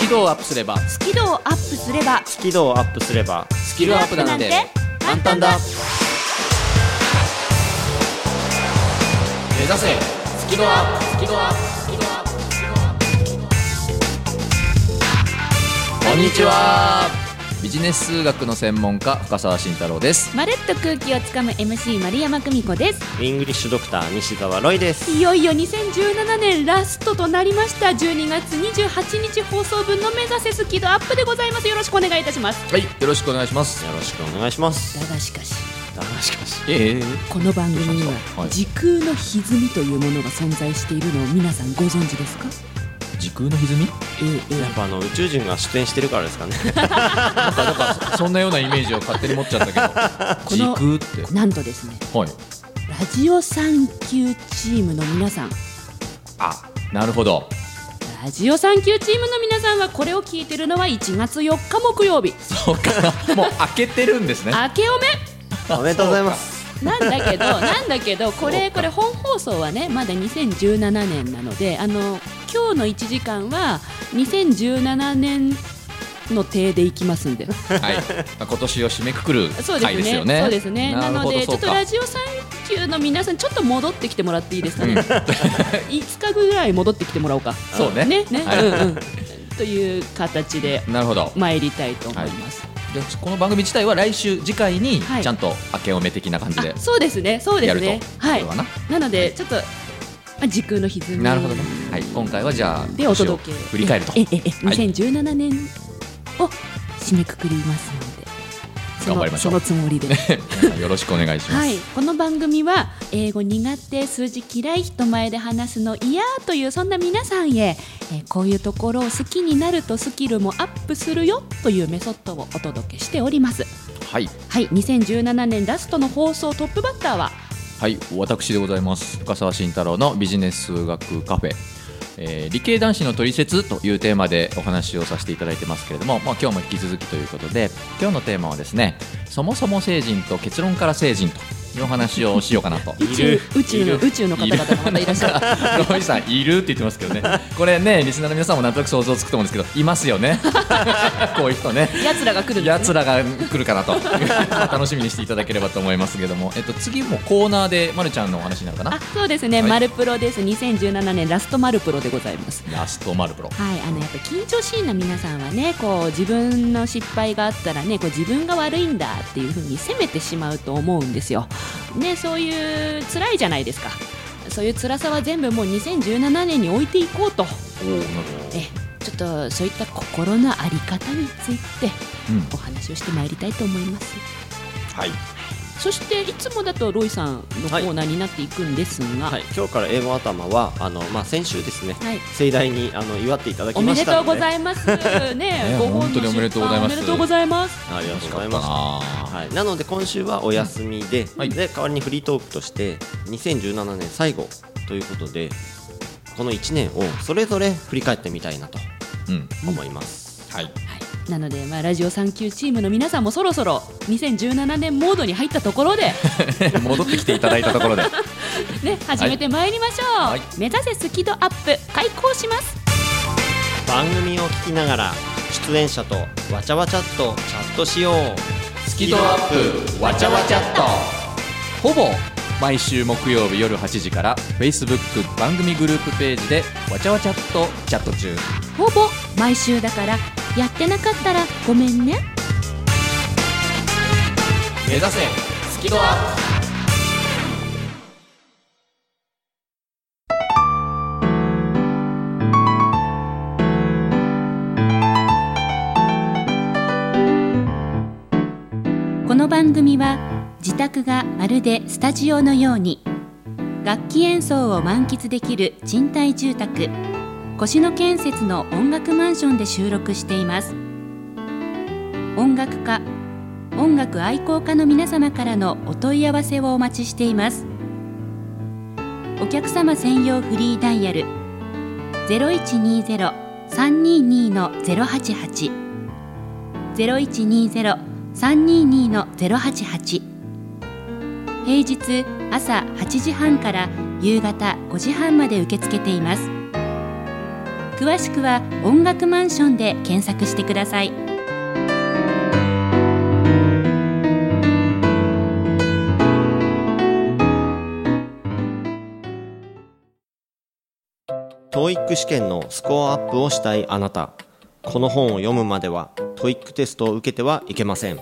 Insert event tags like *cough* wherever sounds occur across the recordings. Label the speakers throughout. Speaker 1: キ度をアップすれば
Speaker 2: スキルをアップすれば
Speaker 3: スキルをアップすれば
Speaker 1: スキルアップなんて簡単だ目指せスキルアップスキルアップスキルアップスキルアップこんにちはビジネス数学の専門家深澤慎太郎です
Speaker 2: まるっと空気をつかむ MC 丸山久美子です
Speaker 3: イングリッシュドクター西澤ロイです
Speaker 2: いよいよ2017年ラストとなりました12月28日放送分の目指せスキルアップでございますよろしくお願いいたします
Speaker 1: はいよろしくお願いします
Speaker 3: よろしくお願いします
Speaker 2: だがしかし
Speaker 3: だがしかし
Speaker 1: ええ
Speaker 2: この番組に
Speaker 1: は
Speaker 2: はい時空の歪みというものが存在しているのを皆さんご存知ですか
Speaker 1: 時空の歪み
Speaker 2: えええ
Speaker 3: やっぱあの宇宙人が出演してるからです
Speaker 2: *laughs*
Speaker 3: かね
Speaker 1: なんかなんかそんなようなイメージを勝手に持っちゃ *laughs* ったけど時
Speaker 2: こ
Speaker 1: 空っ
Speaker 2: え
Speaker 1: て
Speaker 2: なんとですね
Speaker 1: はい
Speaker 2: ラジオ産休チームの皆さん
Speaker 1: あなるほど
Speaker 2: ラジオ産休チームの皆さんはこれを聞いてるのは1月4日木曜日
Speaker 1: そうかもう開けてるんですね
Speaker 2: 明けおめ
Speaker 3: おめでとうございます
Speaker 2: なんだ
Speaker 1: *laughs*
Speaker 2: けど、なんだけど、こ
Speaker 1: そ
Speaker 2: れ、
Speaker 1: うか
Speaker 2: これ本放送はね、まだ2017年なので、あの。今日の1時間は2017年の体でいきます
Speaker 1: *laughs*
Speaker 2: んで。
Speaker 1: はい、まあ今年を締めくくる
Speaker 2: そうです
Speaker 1: 回
Speaker 2: ね。
Speaker 1: ですよね。
Speaker 2: そうですね。な
Speaker 1: る
Speaker 2: の
Speaker 1: ほど
Speaker 2: で、ちょっとラ
Speaker 1: そ
Speaker 2: ジオ産休の皆さん、ちょっと戻ってきてもらっていいですか
Speaker 1: う
Speaker 2: ね。
Speaker 1: か
Speaker 2: 5日ぐらい戻ってきてもらおうか。
Speaker 1: うんそうね。
Speaker 2: ね、ね、
Speaker 1: はい
Speaker 2: うんうん。という形で
Speaker 1: なるほど。
Speaker 2: 参りたいと思います。
Speaker 1: でこの番組自体は来週次回に
Speaker 2: はい
Speaker 1: ちゃんと明けおめ的な感じで
Speaker 2: あ、そうですね。そうで
Speaker 1: や
Speaker 2: す
Speaker 1: ると
Speaker 2: ね。はい
Speaker 1: これ。はな。
Speaker 2: なので、ちょっと。まあ時空の歪み。
Speaker 1: なるほどね。はい、今回はじゃあ
Speaker 2: でお届け
Speaker 1: 今年を振り返ると
Speaker 2: ええええ
Speaker 1: はい
Speaker 2: 2017年を締めくくりますので、その
Speaker 1: 頑張りましょう
Speaker 2: そのつ
Speaker 1: *laughs*
Speaker 2: もりで
Speaker 1: よろしくお願いします。
Speaker 2: はいこの番組は英語苦手数字嫌い人前で話すの嫌というそんな皆さんへ、えーこういうところを好きになるとスキルもアップするよというメソッドをお届けしております
Speaker 1: はい、
Speaker 2: はい2017年ラストの放送トップバッターは
Speaker 1: はい、私でございます。深澤慎太郎のビジネス数学カフェ。えー理系男子の取説というテーマでお話をさせていただいてますけれども、まあ、今日も引き続きということで今日のテーマはですねそもそも成人と結論から成人というお話をしようかな
Speaker 2: *laughs*
Speaker 1: と
Speaker 2: 宇宙宇宙
Speaker 1: いる
Speaker 2: の
Speaker 1: *laughs*
Speaker 2: 宇宙の方々がまたいらっしゃる
Speaker 1: る。ロイさんいるって言ってますけどね。これねリスナーの皆さんもなんとなく想像つくと思うんですけどいますよね。 *laughs* こういう人ね。
Speaker 2: 奴らが来るんです、ね、
Speaker 1: 奴らが来るかなと *laughs* 楽しみにしていただければと思いますけども、えっと、次もコーナーでまるちゃんのお話になるか
Speaker 2: あ
Speaker 1: な
Speaker 2: そうですね、
Speaker 1: はい
Speaker 2: マルプロです2017年ラストマルプロでございます
Speaker 1: ラストマルプロ
Speaker 2: はいあのやっぱ緊張しいな皆さんはねこう自分の失敗があったらねこう自分が悪いんだっていう風に責めてしまうと思うんですよねそういう辛いじゃないですかそういう辛さは全部もう2017年に置いていこうとえちょっとそういった心の在り方について
Speaker 1: うん
Speaker 2: お話をしてまいりたいと思います
Speaker 3: はい、
Speaker 2: そしていつもだとロイさんのコーナーになっていくんですが
Speaker 3: はい、今日から英語頭はあの、まあ、先週ですね
Speaker 2: はい
Speaker 3: 盛大にあの祝っていただ
Speaker 2: お
Speaker 3: き
Speaker 2: め
Speaker 3: ま
Speaker 2: で
Speaker 3: し
Speaker 2: と
Speaker 3: た
Speaker 2: う
Speaker 3: の
Speaker 2: ご
Speaker 3: で
Speaker 2: ざ
Speaker 1: *laughs*
Speaker 2: います。ねえ、
Speaker 1: ね
Speaker 2: ご本
Speaker 1: 本当に
Speaker 2: の
Speaker 1: おめでとうございます
Speaker 2: 出版おめでとうございます。
Speaker 3: ありがとうござい
Speaker 1: な
Speaker 3: ますはい、なので今週はお休みで,、
Speaker 1: はい
Speaker 3: で代わりにフリートークとして2017年最後ということでこの1年をそれぞれ振り返ってみたいなと
Speaker 1: うん
Speaker 3: 思います、
Speaker 1: はい
Speaker 2: はいなので、まあ、ラジオ産休チームの皆さんもそろそろ2017年モードに入ったとこ
Speaker 1: *laughs*
Speaker 2: ろで、
Speaker 1: 戻ってきていただいたところで
Speaker 2: ね、始めてまいりましょう。
Speaker 1: はい
Speaker 2: 目指せスキドアップ開講します。
Speaker 3: 番組を聞きながら出演者とわちゃわちゃっとチャットしよう
Speaker 1: スキドアップわちゃわちゃっとほぼ毎週木曜日夜8時から Facebook 番組グループページでわちゃわちゃっとチャット中
Speaker 2: ほぼ毎週だから、やってなかったらごめんね。
Speaker 1: 目指せスキドアップ
Speaker 2: この番組は自宅がまるでスタジオのように楽器演奏を満喫できる賃貸住宅腰の建設の音楽マンションで収録しています音楽家音楽愛好家の皆様からのお問い合わせをお待ちしていますお客様専用フリーダイヤル0120-322-088 0120-322-088平日朝8時半から夕方5時半まで受け付けています
Speaker 4: 詳しくは「音楽マンション」で検索してください
Speaker 3: ト e i c 試験のスコアアップをしたいあなたこの本を読むまでは TOEIC テストを受けてはいけません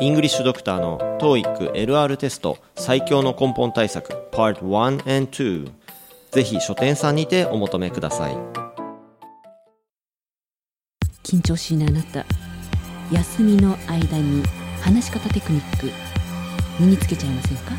Speaker 3: イングリッシュドクターの TOEICLR テスト最強の根本対策 Part 1 and 2ぜひ書店さんにてお求めください
Speaker 4: 緊張しいなあなた休みの間に話し方テクニック身につけちゃいませんか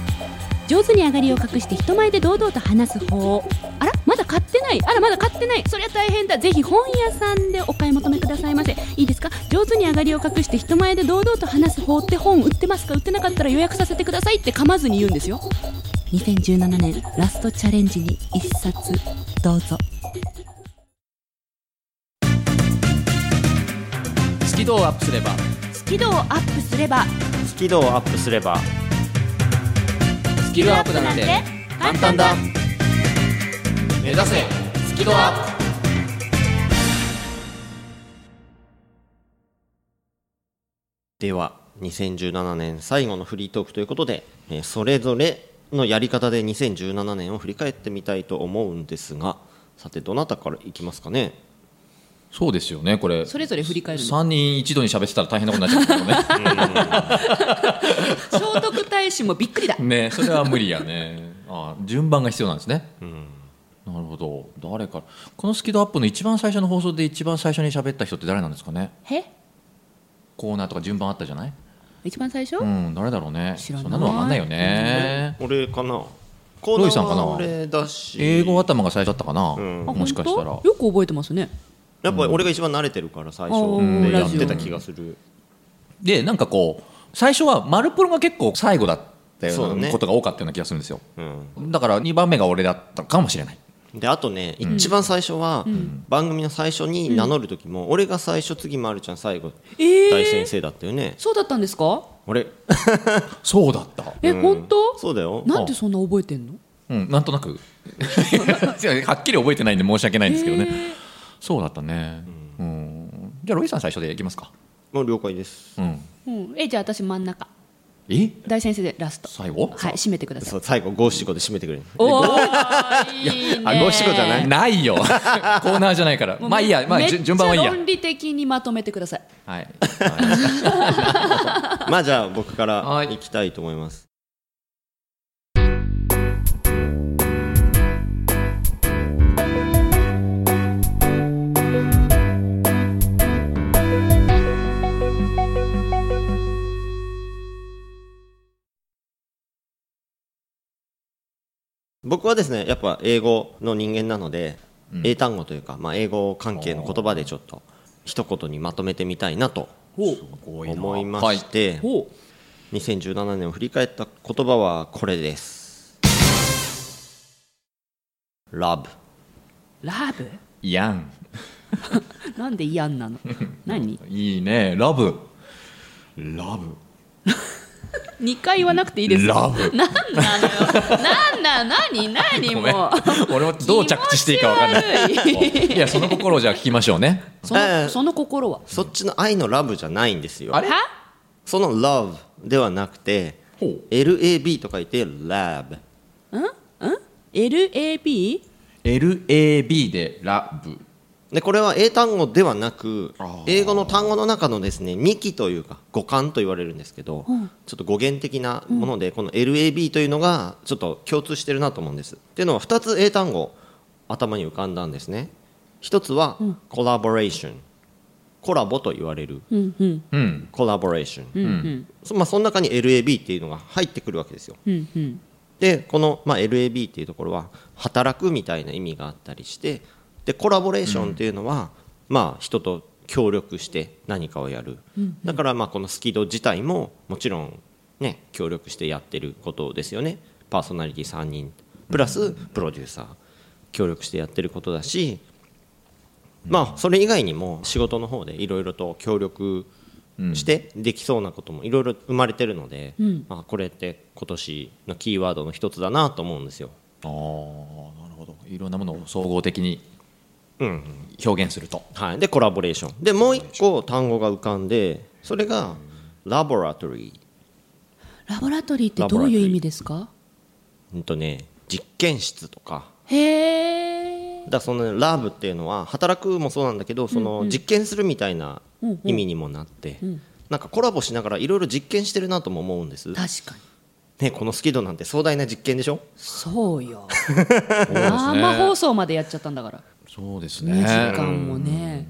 Speaker 4: 上手に上がりを隠して人前で堂々と話す方あらまだ買ってないあらまだ買ってないそりゃ大変だぜひ本屋さんでお買い求めくださいませいいですか上手に上がりを隠して人前で堂々と話す方って本売ってますか売ってなかったら予約させてくださいって噛まずに言うんですよ2017年ラストチャレンジに一冊どうぞ
Speaker 1: スキドをアップすれば
Speaker 4: スキドをアップすれば
Speaker 3: スキルをアップすれば
Speaker 1: スキルアップなんて簡単だ目指せスキドアップ
Speaker 3: では2017年最後のフリートークということで、えーそれぞれのやり方で2017年を振り返ってみたいと思うんですがさてどなたからいきますかね
Speaker 1: そうですよねこれ
Speaker 2: それぞれ振り返るの
Speaker 1: 3人一度に喋ってたら大変なことになっちゃうけどね
Speaker 2: 聖徳太子もびっくりだ
Speaker 1: *laughs* ねそれは無理やねあ順番が必要なんですね、なるほど誰からこのスキドアップの一番最初の放送で一番最初に喋った人って誰なんですかね
Speaker 2: え
Speaker 1: コーナーとか順番あったじゃない
Speaker 2: 一番最初、
Speaker 1: うん誰だろうね
Speaker 2: 知らない
Speaker 1: そんなの分かんないよね、
Speaker 3: 俺かなコ
Speaker 1: ロイさんかな
Speaker 3: 俺だし
Speaker 1: 英語頭が最初だったかな、
Speaker 3: ん
Speaker 2: あ
Speaker 1: もしかしたら
Speaker 2: 本当よく覚えてますね
Speaker 3: やっぱり俺が一番慣れてるから最
Speaker 2: う
Speaker 3: 初
Speaker 2: ん
Speaker 3: でやってた気がする
Speaker 1: でなんかこう最初はマルプロが結構最後だった
Speaker 3: そ
Speaker 1: よ
Speaker 3: うだ
Speaker 1: うな
Speaker 3: ね
Speaker 1: ことが多かったような気がするんですよ
Speaker 3: うん
Speaker 1: だから2番目が俺だったかもしれない
Speaker 3: であとね、一番最初は、番組の最初に名乗る時も、俺が最初次まるちゃん最後、
Speaker 2: えー
Speaker 3: 大先生だったよね
Speaker 2: そうだったんですか
Speaker 3: 俺
Speaker 1: そうだった、
Speaker 2: え、本当
Speaker 3: そうだよ
Speaker 2: なんでそんな覚えてんの
Speaker 1: うん、なんとなくはっきり覚えてないんで申し訳ないんですけどね、そうだったね、うんじゃあロイさん最初でいきますか、
Speaker 3: もう了解です
Speaker 1: うん、
Speaker 2: うん、えじゃあ私真ん中
Speaker 1: え
Speaker 2: 大先生でラスト
Speaker 1: 最後
Speaker 2: はい締めてくださ
Speaker 3: そ
Speaker 2: いう
Speaker 3: 最後五七五で締めてくれる
Speaker 2: おーいいね
Speaker 3: あ五七五じゃない
Speaker 1: ないよコーナーじゃないから
Speaker 2: もう
Speaker 1: まあいいや、まあ、
Speaker 2: めっ
Speaker 1: じ
Speaker 2: ち
Speaker 1: ゅ
Speaker 2: ゃ
Speaker 1: 順番はいいや
Speaker 2: 論理的にまとめてください
Speaker 1: はい
Speaker 3: まあじゃあ僕から
Speaker 1: はい
Speaker 3: いきたいと思います。僕はですねやっぱ英語の人間なので、英単語というか、まあ、英語関係の言葉でちょっと一言にまとめてみたいなと思いまして、
Speaker 1: ほ
Speaker 3: 2017年を振り返った言葉はこれです「Love
Speaker 2: ラブ
Speaker 1: いやん
Speaker 2: なんで嫌
Speaker 1: *laughs*
Speaker 2: んなの何
Speaker 1: いいねラブラブ
Speaker 2: 二回言わなくていいです
Speaker 1: ラブ
Speaker 2: *laughs* なんなのよなんな何何
Speaker 1: ごめん
Speaker 2: もう
Speaker 1: *laughs* 俺もどう着地していいかわかんない
Speaker 2: 気持ち悪い
Speaker 1: いやその心をじゃあ聞きましょうね
Speaker 2: そ
Speaker 3: ええ
Speaker 2: のその心は」
Speaker 3: そっちの愛のラブじゃないんですよ
Speaker 1: あれ
Speaker 2: は
Speaker 3: その「Love」ではなくて
Speaker 1: ほう
Speaker 3: 「LAB」と書いて「Lab」
Speaker 2: LAB?
Speaker 1: LAB でラブ
Speaker 3: でこれは英単語ではなく英語の単語の中のですね2期というか語感と言われるんですけど、ちょっと語源的なもので、この LAB というのがちょっと共通してるなと思うんです。っていうのは2つ英単語頭に浮かんだんですね。一つはコラボレーションコラボと言われる
Speaker 2: うんうん
Speaker 1: うん
Speaker 3: コラボレーション、
Speaker 2: うんうん
Speaker 3: そまあ、その中に LAB っていうのが入ってくるわけですよ。
Speaker 2: うんうん
Speaker 3: でこの、まあ、LAB っていうところは働くみたいな意味があったりしてでコラボレーションっていうのは、まあ、人と協力して何かをやる、だからまあこのスキド自体ももちろん、ね、協力してやってることですよねパーソナリティ3人プラスプロデューサー協力してやってることだし、まあそれ以外にも仕事の方でいろいろと協力してできそうなこともいろいろ生まれてるので、まあこれって今年のキーワードの一つだなと思うんですよ。
Speaker 1: ああなるほどいろんなものを総合的に
Speaker 3: うん
Speaker 1: 表現すると。
Speaker 3: はい、でコラボレーションでもう一個単語が浮かんでそれがラボラトリ
Speaker 2: ラボラトリーってどういう意味ですか
Speaker 3: ーうんとね実験室とか
Speaker 2: へえ
Speaker 3: だからそのラブっていうのは働くもそうなんだけどその実験するみたいな意味にもなってなんかコラボしながらいろいろ実験してるなとも思うんです、ね、
Speaker 2: 確かに
Speaker 3: このスキドなんて壮大な実験でしょ
Speaker 2: そうよ生放送までやっちゃったんだから
Speaker 1: そうです
Speaker 2: 2時間もね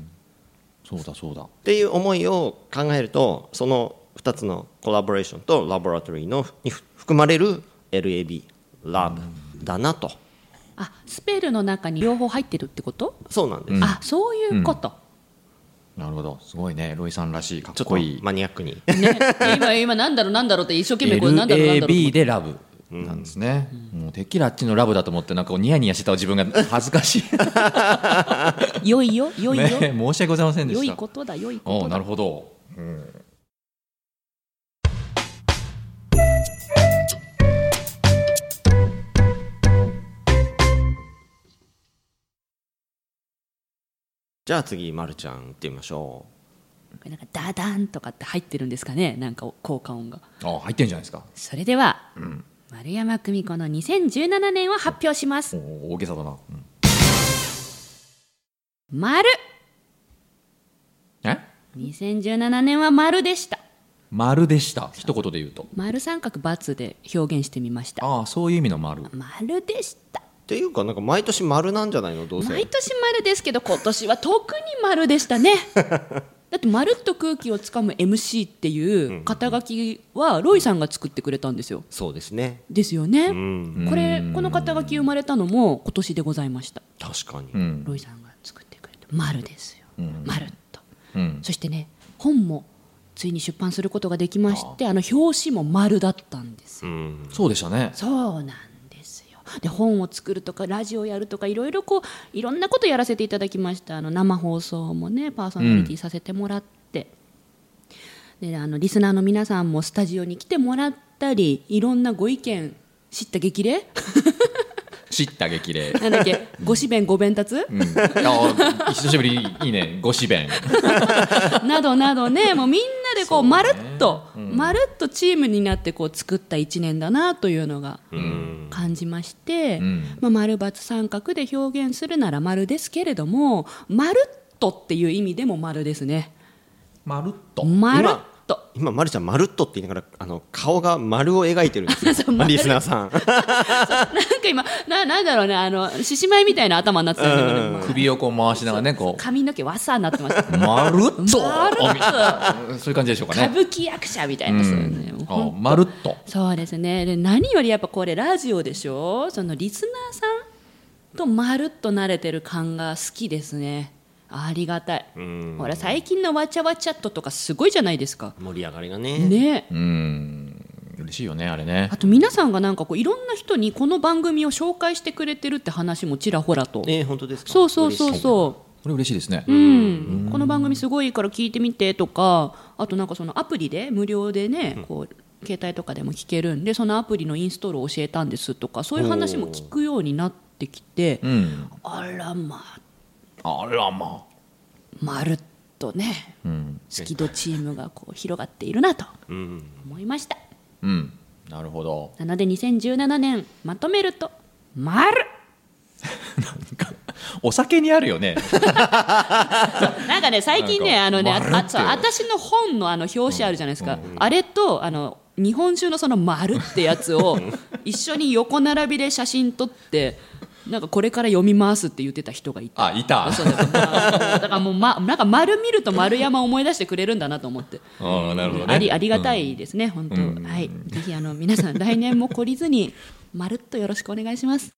Speaker 1: そうだそうだ。
Speaker 3: っていう思いを考えるとその2つのコラボレーションとラボラトリーのに含まれる LAB ラブだなと
Speaker 2: あスペルの中に両方入ってるってこと
Speaker 3: そうなんです、
Speaker 2: あそういうこと
Speaker 1: なるほど。すごいね。ロイさんらしいかっ
Speaker 3: ちょっ
Speaker 1: こといい。
Speaker 3: マニアックに
Speaker 2: ね今今なんだろうなんだろうって一生懸命これなんだろうなんだろうと思
Speaker 1: LAB
Speaker 2: って
Speaker 1: でラブなんですね、もうてっきりあっちのラブだと思ってなんかこうニヤニヤしてた自分が恥ずかしい
Speaker 2: 良いよ良い
Speaker 1: ね
Speaker 2: よ
Speaker 1: *laughs* 申し訳ございませんで
Speaker 2: 良
Speaker 1: し
Speaker 2: い
Speaker 1: た
Speaker 2: ことだ良いこ
Speaker 1: お
Speaker 2: と
Speaker 1: うな
Speaker 2: だ
Speaker 1: るほど
Speaker 3: じゃあ次まるちゃん行ってみましょ
Speaker 2: なんかダダンとかって入ってるんですかねなんか効果音が
Speaker 1: あ入ってんじゃないですか
Speaker 2: それでは、丸山久美子の2017年を発表します
Speaker 1: おう大げさだな、うん
Speaker 2: 丸
Speaker 1: え
Speaker 2: 2017年は丸でした
Speaker 1: 丸でした一言で言うと
Speaker 2: 丸三角×で表現してみました
Speaker 1: ああそういう意味の丸
Speaker 2: 丸でした
Speaker 3: うっていうかなんか毎年丸なんじゃないのどうせ
Speaker 2: 毎年丸ですけど今年は特に丸でした
Speaker 3: *laughs*
Speaker 2: ねだって「まるっと空気をつかむ MC」っていう肩書きはロイさんが作ってくれたんですよ
Speaker 3: そうですね
Speaker 2: ですよね、
Speaker 3: うん
Speaker 2: これこの肩書き生まれたのも今年でございました
Speaker 3: 確かに、
Speaker 1: うん
Speaker 2: ロイさんが作ってくれた丸ですよ、丸っと
Speaker 1: うん
Speaker 2: そしてね本もついに出版することができましてあの表紙も丸だったんですよ
Speaker 3: うん
Speaker 1: そうでしたね
Speaker 2: そうなんですよで本を作るとかラジオやるとかいろいろこういろんなことやらせていただきましたあの生放送もねパーソナリティさせてもらって、であのリスナーの皆さんもスタジオに来てもらったりいろんなご意見知った激励 *laughs*
Speaker 1: 知った激励
Speaker 2: なんだっけご指弁ご弁達、
Speaker 1: うん、ああ久しぶりいいねごし弁
Speaker 2: *laughs* などなどね、もうみんなでこう、まるっと、まるっとチームになってこう作った1年だなというのが感じまして、
Speaker 1: ん
Speaker 2: まあ、丸×三角で表現するなら丸ですけれども、まるっとっていう意味でも丸ですね。
Speaker 1: まるっと
Speaker 2: まるっと。 *laughs*
Speaker 3: 今まるちゃんまるっとって言いながらあの顔が丸を描いてるんです
Speaker 2: *laughs* そ
Speaker 3: よ
Speaker 2: う丸
Speaker 3: リスナーさん
Speaker 2: なんか今、ななんだろうね、あの、獅子舞みたいな頭になってたんだけど、今
Speaker 1: 首をこう回しながらねこ
Speaker 2: 髪の毛わさになってました。
Speaker 1: うまるっと
Speaker 2: まるっと
Speaker 1: あそういう感じでしょうか
Speaker 2: 歌
Speaker 1: ね
Speaker 2: 舞伎役者みたいな、そういうね、もう
Speaker 1: あまるっと
Speaker 2: そうですねで何よりやっぱこれラジオでしょそのリスナーさんとまるっと慣れてる感が好きですねありがたいほら最近のわちゃわちゃっととかすごいじゃないですか
Speaker 3: 盛り上がりがね
Speaker 2: ね
Speaker 1: うん嬉しいよねあれね
Speaker 2: あと皆さんがなんかこういろんな人にこの番組を紹介してくれてるって話もちらほらと、
Speaker 3: ね本当ですか
Speaker 2: そうそうそう
Speaker 3: う
Speaker 2: そ
Speaker 1: これ嬉しいですね、
Speaker 2: ううんこの番組すごいいいから聞いてみてとかあとなんかそのアプリで無料でねこう携帯とかでも聞けるんでそのアプリのインストールを教えたんですとかそういう話も聞くようになってきて
Speaker 1: うん、
Speaker 2: あらまあ
Speaker 1: あらま
Speaker 2: まるっとね
Speaker 1: あうん、
Speaker 2: スキドチームがこう広がっているなと
Speaker 3: うん
Speaker 2: 思いました
Speaker 1: うん、なるほ
Speaker 2: *laughs*
Speaker 1: ど
Speaker 2: なので2017年まとめると「まる
Speaker 1: お酒にあるよね
Speaker 2: なんかね最近ね
Speaker 1: な
Speaker 2: あ
Speaker 1: んか
Speaker 2: のねあ
Speaker 1: 丸って
Speaker 2: あそう私の本のあの表紙あるじゃないですか、あれとあの日本中のその丸ってやつを一緒に横並びで写真撮ってなんかこれから読みますって言ってた人がいて。
Speaker 1: あいた
Speaker 2: そうだからまあだからもう、ま、なんか丸見ると丸山思い出してくれるんだなと思って、
Speaker 1: あなるほどね
Speaker 2: ありありがたいですね、本当、はい、ぜひあの皆さん来年も懲りずにまるっとよろしくお願いします。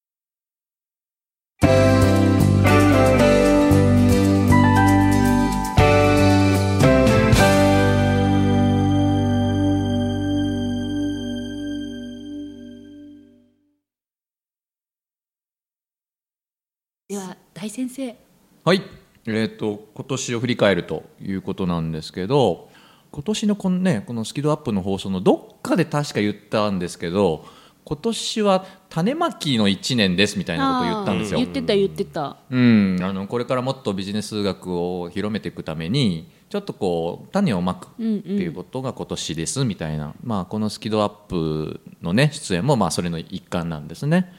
Speaker 2: では大先生
Speaker 1: はいえっ、と今年を振り返るということなんですけど今年のこのねこのスキドアップの放送のどっかで確か言ったんですけど今年は種まきの1年ですみたいなことを言ったんですよ。
Speaker 2: あー言ってた言ってた、
Speaker 1: うん、あのこれからもっとビジネス数学を広めていくためにちょっとこう種をまくっていうことが今年ですみたいな、まあ、このスキドアップのね出演もまあそれの一環なんですね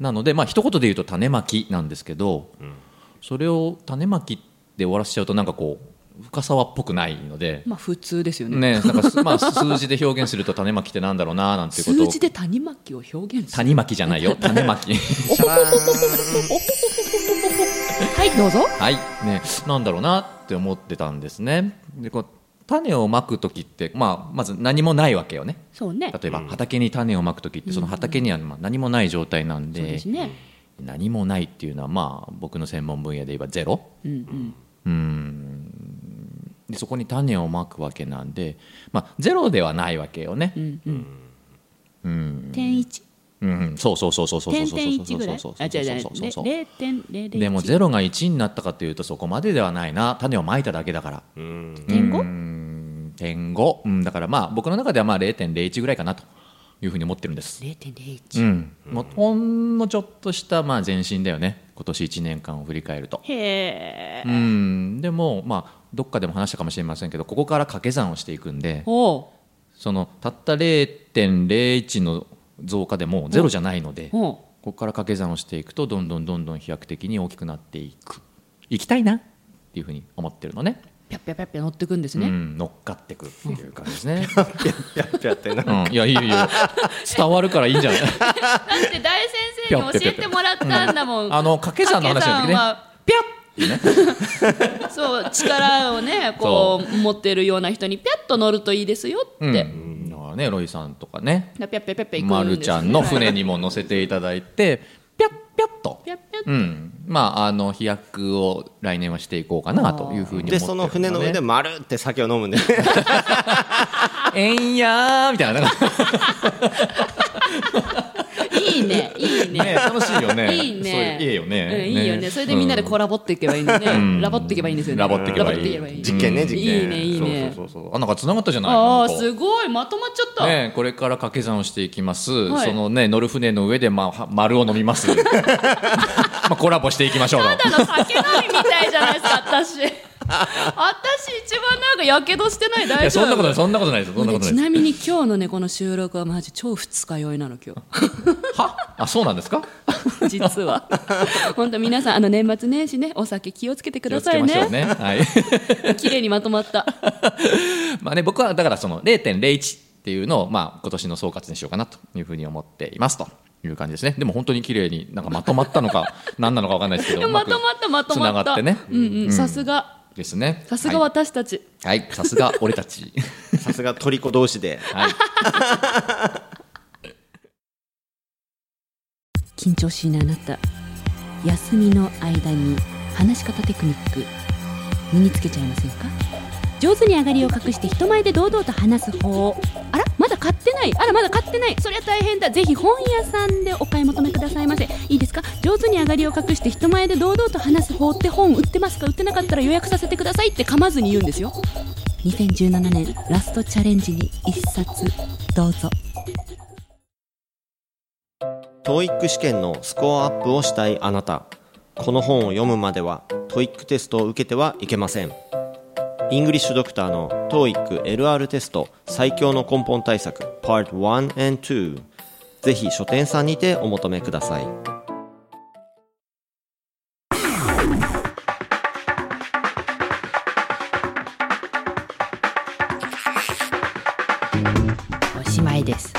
Speaker 1: なのでまあ一言で言うと種まきなんですけど、それを種まきで終わらせちゃうとなんかこう深沢っぽくないので、
Speaker 2: まあ普通ですよね
Speaker 1: ねなんかすまあ、数字で表現すると種まきってなんだろうななんていうこと
Speaker 2: 数
Speaker 1: を
Speaker 2: 字で谷巻きを表現する
Speaker 1: 種まきじゃない *laughs* よ種まき。
Speaker 2: *laughs* はいどうぞ
Speaker 1: はい、ね、なんだろうなって思ってたんですね。で、こう種をまく時って、まあ、まず何もないわけよね。
Speaker 2: そうね
Speaker 1: 例えば畑に種をまく時って、その畑にはまあ何もない状態なん
Speaker 2: そうで。
Speaker 1: です
Speaker 2: ね
Speaker 1: 何もないっていうのは、まあ、僕の専門分野で言えばゼロ。
Speaker 2: うんうん
Speaker 1: で、そこに種をまくわけなんで、まあ、ゼロではないわけよね
Speaker 2: う。んうん点一
Speaker 1: うん、そうそうそうそうそうそう
Speaker 2: 点
Speaker 1: そうそう
Speaker 2: 点一
Speaker 1: そう
Speaker 2: ぐらい
Speaker 1: そう
Speaker 2: あ違う違う
Speaker 1: そうそうそう。
Speaker 2: 零点零零
Speaker 1: でもゼロが1になったかというとそこまでではないな種をまいただけだから
Speaker 3: うん
Speaker 2: 点五
Speaker 1: 点五、うん、だからまあ僕の中ではまあ0.01ぐらいかなというふうに思ってるんです。
Speaker 2: 零点零一
Speaker 1: うん、もうほんのちょっとしたまあ前進だよね今年1年間を振り返ると、
Speaker 2: へえ
Speaker 1: うん、でもまあどっかでも話したかもしれませんけどここから掛け算をしていくんで
Speaker 2: ほ
Speaker 1: そのたった0.01の増加でもゼロじゃないので
Speaker 2: うほ
Speaker 1: ここから掛け算をしていくとどんどんどんどん飛躍的に大きくなっていく行きたいなっていうふうに思ってるのね
Speaker 2: うぴゃぴゃぴゃぴゃ乗ってくんです
Speaker 1: う
Speaker 2: ね
Speaker 1: ん、乗っかってくっていう感じです *laughs* ね。
Speaker 3: やってやってな
Speaker 1: うん、いやいいよいいよ伝わるからいいんじゃない
Speaker 2: だって大先生に教えてもらったんだもん
Speaker 1: あの掛け算の話の時ね
Speaker 2: 掛け算はピャッそう力をねこう持ってるような人にピャッと乗るといいですよって、
Speaker 1: うん、だからねロイさんとかね
Speaker 2: だからピャッピャッピャッピャ行くんで
Speaker 1: ま
Speaker 2: すね
Speaker 1: るちゃんの船にも乗せていただいてぴゃっぴゃっと
Speaker 2: ピャッピャッ
Speaker 1: うんまああの飛躍を来年はしていこうかなというふうに思ってる
Speaker 3: でその船の上で
Speaker 1: も
Speaker 3: 丸って酒を飲むんで
Speaker 1: 「えんやー」みたいななんか
Speaker 2: いいねいいね
Speaker 1: ね楽しいよね
Speaker 2: いい
Speaker 1: そ
Speaker 2: ね
Speaker 1: ういういいよね
Speaker 2: うんいいよねそれでみんなでコラボっていけばいいんだね、ラボっていけばいいんですよね
Speaker 1: ラボっていけばいい
Speaker 2: ラボっていけ
Speaker 3: 実験ね
Speaker 1: うん
Speaker 3: 実
Speaker 2: いい
Speaker 3: 験
Speaker 2: ねいいね
Speaker 1: そうそうそうそうあなんか繋がったじゃない
Speaker 2: ああ
Speaker 1: なんか
Speaker 2: すごいまとまっちゃった、
Speaker 1: ね、これから掛け算をしていきます、
Speaker 2: はい
Speaker 1: そのね乗る船の上で、まあは、丸を飲みますまあコラボしていきましょうと
Speaker 2: ただ酒飲みみたいじゃないですか私私一番なんかやけどしてない
Speaker 1: い
Speaker 2: 大
Speaker 1: や
Speaker 2: 丈
Speaker 1: そ
Speaker 2: 夫
Speaker 1: んなことないそんなことないですそんな
Speaker 2: もう
Speaker 1: こ
Speaker 2: ね
Speaker 1: とないです
Speaker 2: ちなみに今日のねこの収録はマジ超二日 *laughs* 酔いなの今
Speaker 1: はあそうなんですか
Speaker 2: 日実 *laughs* は本当皆さんあの年末年始ねお酒気をつけてください
Speaker 1: 気をつけましょ
Speaker 2: ね
Speaker 1: うねはい *laughs*
Speaker 2: 綺麗にまとまった *laughs*
Speaker 1: まあね僕はだからその0.01っていうのを、まあ、今年の総括にしようかなというふうに思っていますという感じですねでも本当に綺麗になんかまとまったの
Speaker 2: *laughs*
Speaker 1: か何なのかわかんないですけどう
Speaker 2: ま
Speaker 1: く
Speaker 2: とまったまとま
Speaker 1: つな
Speaker 2: った
Speaker 1: がってね
Speaker 2: うんうん、さすが
Speaker 1: ですね
Speaker 2: さすが
Speaker 1: はい
Speaker 2: 私たち、
Speaker 1: はい、さすが俺たち
Speaker 3: さすがトリコ同士で
Speaker 1: はい
Speaker 4: 緊張しいなあなた休みの間に話し方テクニック身につけちゃいませんか上手に上がりを隠して人前で堂々と話す方あらまだ買ってないあらまだ買ってないそりゃ大変だぜひ本屋さんでお買い求めくださいませいいですか上手に上がりを隠して人前で堂々と話す方って本売ってますか売ってなかったら予約させてくださいって噛まずに言うんですよ2017年ラストチャレンジに一冊どうぞ
Speaker 3: TOEIC 試験のスコアアップをしたいあなたこの本を読むまでは TOEIC テストを受けてはいけませんイングリッシュドクターの TOEICLR テスト最強の根本対策 Part 1 and 2ぜひ書店さんにてお求めください
Speaker 2: おしまいです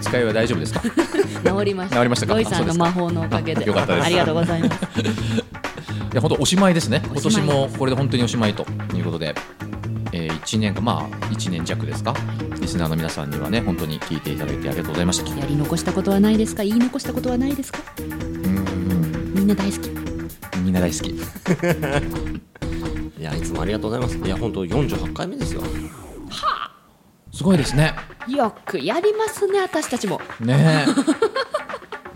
Speaker 1: 使いは大丈夫ですか
Speaker 2: 治りました
Speaker 1: 治りましたか
Speaker 2: ロイさんの魔法のおかげ
Speaker 1: あそうです
Speaker 2: で
Speaker 1: かよかったです
Speaker 2: ありがとうございます
Speaker 1: いや本当おしまいですね今
Speaker 2: おしまいです
Speaker 1: 年もこれで本当におしまいということで、え1年かまあ1年弱ですかリスナーの皆さんにはね本当に聞いていただいてありがとうございました
Speaker 2: やり残したことはないですか言い残したことはないですかみんな大好き
Speaker 1: みんな大好きい
Speaker 3: いやいつもありがとうございますいや本当48回目ですよ
Speaker 1: すごいですね
Speaker 2: よくやりますね私たちも
Speaker 1: ね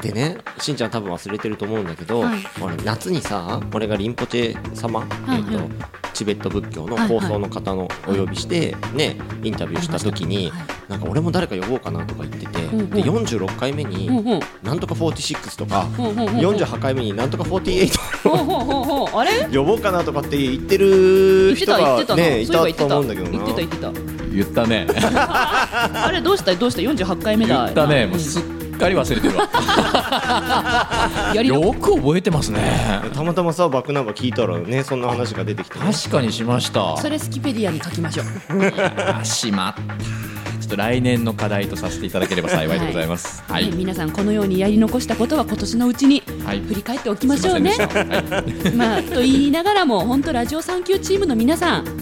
Speaker 3: でねしんちゃん多分忘れてると思うんだけど、
Speaker 2: はい
Speaker 3: 俺夏にさ俺がリンポチェ様、
Speaker 2: はい
Speaker 3: えっとチベット仏教の
Speaker 2: はい
Speaker 3: 構想の方のお呼びして、ね、インタビューした時に、
Speaker 2: はい
Speaker 3: なんか俺も誰か呼ぼうかなとか言ってて、
Speaker 2: んうん
Speaker 3: で46回目に、
Speaker 2: ほうほう
Speaker 3: なんとか46とか、
Speaker 2: ほうほうほう
Speaker 3: 48回目になんとか48
Speaker 2: ほうほうほうほうあれ
Speaker 3: 呼ぼうかなとかって言って
Speaker 2: 言
Speaker 3: る
Speaker 2: って
Speaker 3: 人
Speaker 2: た言ってた
Speaker 3: が、
Speaker 2: な
Speaker 3: ね、い
Speaker 2: そう
Speaker 3: た
Speaker 2: いえば
Speaker 3: と思うんだけど
Speaker 2: 言
Speaker 3: な
Speaker 2: ってた言ってた言って
Speaker 1: 言ったね
Speaker 2: たあれどうしたどうした48回目
Speaker 1: 言
Speaker 2: だ
Speaker 1: ったねもう
Speaker 2: うん
Speaker 1: すっかり忘れてるわ
Speaker 2: やり
Speaker 1: よく覚えてますね
Speaker 3: たまたまさバックナンバー聞いたらねそんな話が出てきてね、
Speaker 1: 確かにしました
Speaker 2: それスキペディアに書きましょう
Speaker 1: あしまったちょっと来年の課題とさせていただければ幸いでございますは
Speaker 2: ね
Speaker 1: い、
Speaker 2: 皆さんこのようにやり残したことは今年のうちに
Speaker 1: はい
Speaker 2: 振り返っておきましょうね
Speaker 1: すいませんでしたはい
Speaker 2: まあと言いながらも本当ラジオ産休チームの皆さんも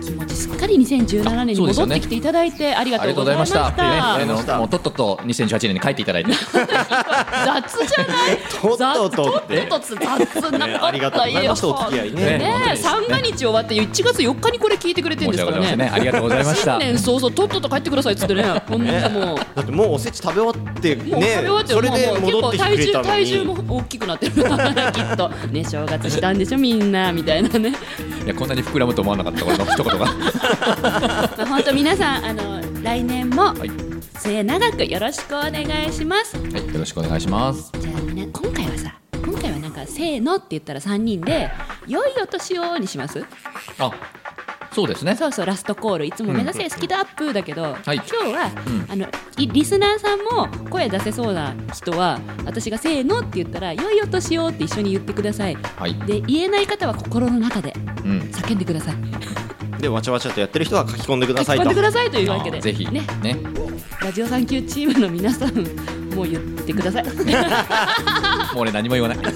Speaker 2: う気持ちすっかり2017年に
Speaker 1: あそうです
Speaker 2: 戻
Speaker 1: よ
Speaker 2: っ
Speaker 1: ね
Speaker 2: てきていただいてありが
Speaker 1: あ
Speaker 2: と
Speaker 1: り
Speaker 2: う
Speaker 1: がと
Speaker 2: ご
Speaker 1: うござい
Speaker 2: ざいま
Speaker 1: ま
Speaker 2: し
Speaker 1: した
Speaker 2: た
Speaker 1: ねあのもうとっとと2018年に帰っていただいて
Speaker 2: 雑じゃない
Speaker 3: とっとと
Speaker 2: 雑
Speaker 3: って
Speaker 2: と雑な
Speaker 3: あり
Speaker 2: か
Speaker 3: が
Speaker 2: った
Speaker 3: とうござい
Speaker 2: よ
Speaker 3: ましたお付き合いね
Speaker 1: ね
Speaker 2: ねえ三が日終わって1月4日にこれ聞いてくれてるん
Speaker 1: 申
Speaker 2: で
Speaker 1: し
Speaker 2: す
Speaker 1: 訳
Speaker 2: か
Speaker 1: ござい
Speaker 2: ら
Speaker 1: ませんね
Speaker 2: *laughs* ね
Speaker 1: ありがとうございました
Speaker 2: 新年早々とっとと帰ってくださいっつってね本当にもう。
Speaker 3: だってもうおせち食べ終わって
Speaker 2: もう食べ終わっ
Speaker 3: ね
Speaker 2: て、
Speaker 3: それで
Speaker 2: もう
Speaker 3: 戻ってきてくれ
Speaker 2: 結
Speaker 3: た
Speaker 2: 構体重
Speaker 3: の
Speaker 2: 体重
Speaker 3: に
Speaker 2: も大きくなってるきっとね正月したんでしょみんなみたいなね、
Speaker 1: いやこんなに膨らむと思わなかった俺の一言が
Speaker 2: *laughs* まあ、本当皆さんあの来年も
Speaker 1: はい、
Speaker 2: 末永くよろしくお願いします
Speaker 1: はい、よろしくお願いします
Speaker 2: じゃあみんな今回はさ今回はなんかせーのって言ったら三人で良いお年をにします
Speaker 1: あそうですね
Speaker 2: そうそうラストコールいつも目指せスキドアップだけど、
Speaker 1: い
Speaker 2: 今日は、
Speaker 1: うん
Speaker 2: あのいリスナーさんも声出せそうな人は私がせーのって言ったら良いお年をって一緒に言ってください
Speaker 1: はい、
Speaker 2: で言えない方は心の中で
Speaker 1: うん、
Speaker 2: 叫んでください
Speaker 3: でわちゃわちゃとやってる人は書き込んでくだ
Speaker 2: 書き
Speaker 3: さい
Speaker 2: 込ん
Speaker 3: と
Speaker 2: でくださいというわけ
Speaker 1: あ
Speaker 2: で
Speaker 1: ぜひ
Speaker 2: ね
Speaker 1: ね
Speaker 2: ラジオ産休チームの皆さんもう言ってください
Speaker 1: もう俺何も言わない
Speaker 2: そ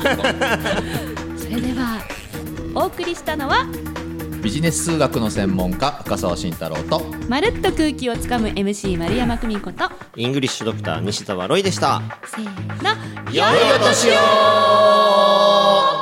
Speaker 2: れではお送りしたのは
Speaker 1: ビジネス数学の専門家深澤慎太郎と
Speaker 2: まるっと空気をつかむ MC 丸山久美子と
Speaker 3: イングリッシュドクター西澤ロイでした
Speaker 2: せーの
Speaker 3: 良いお年を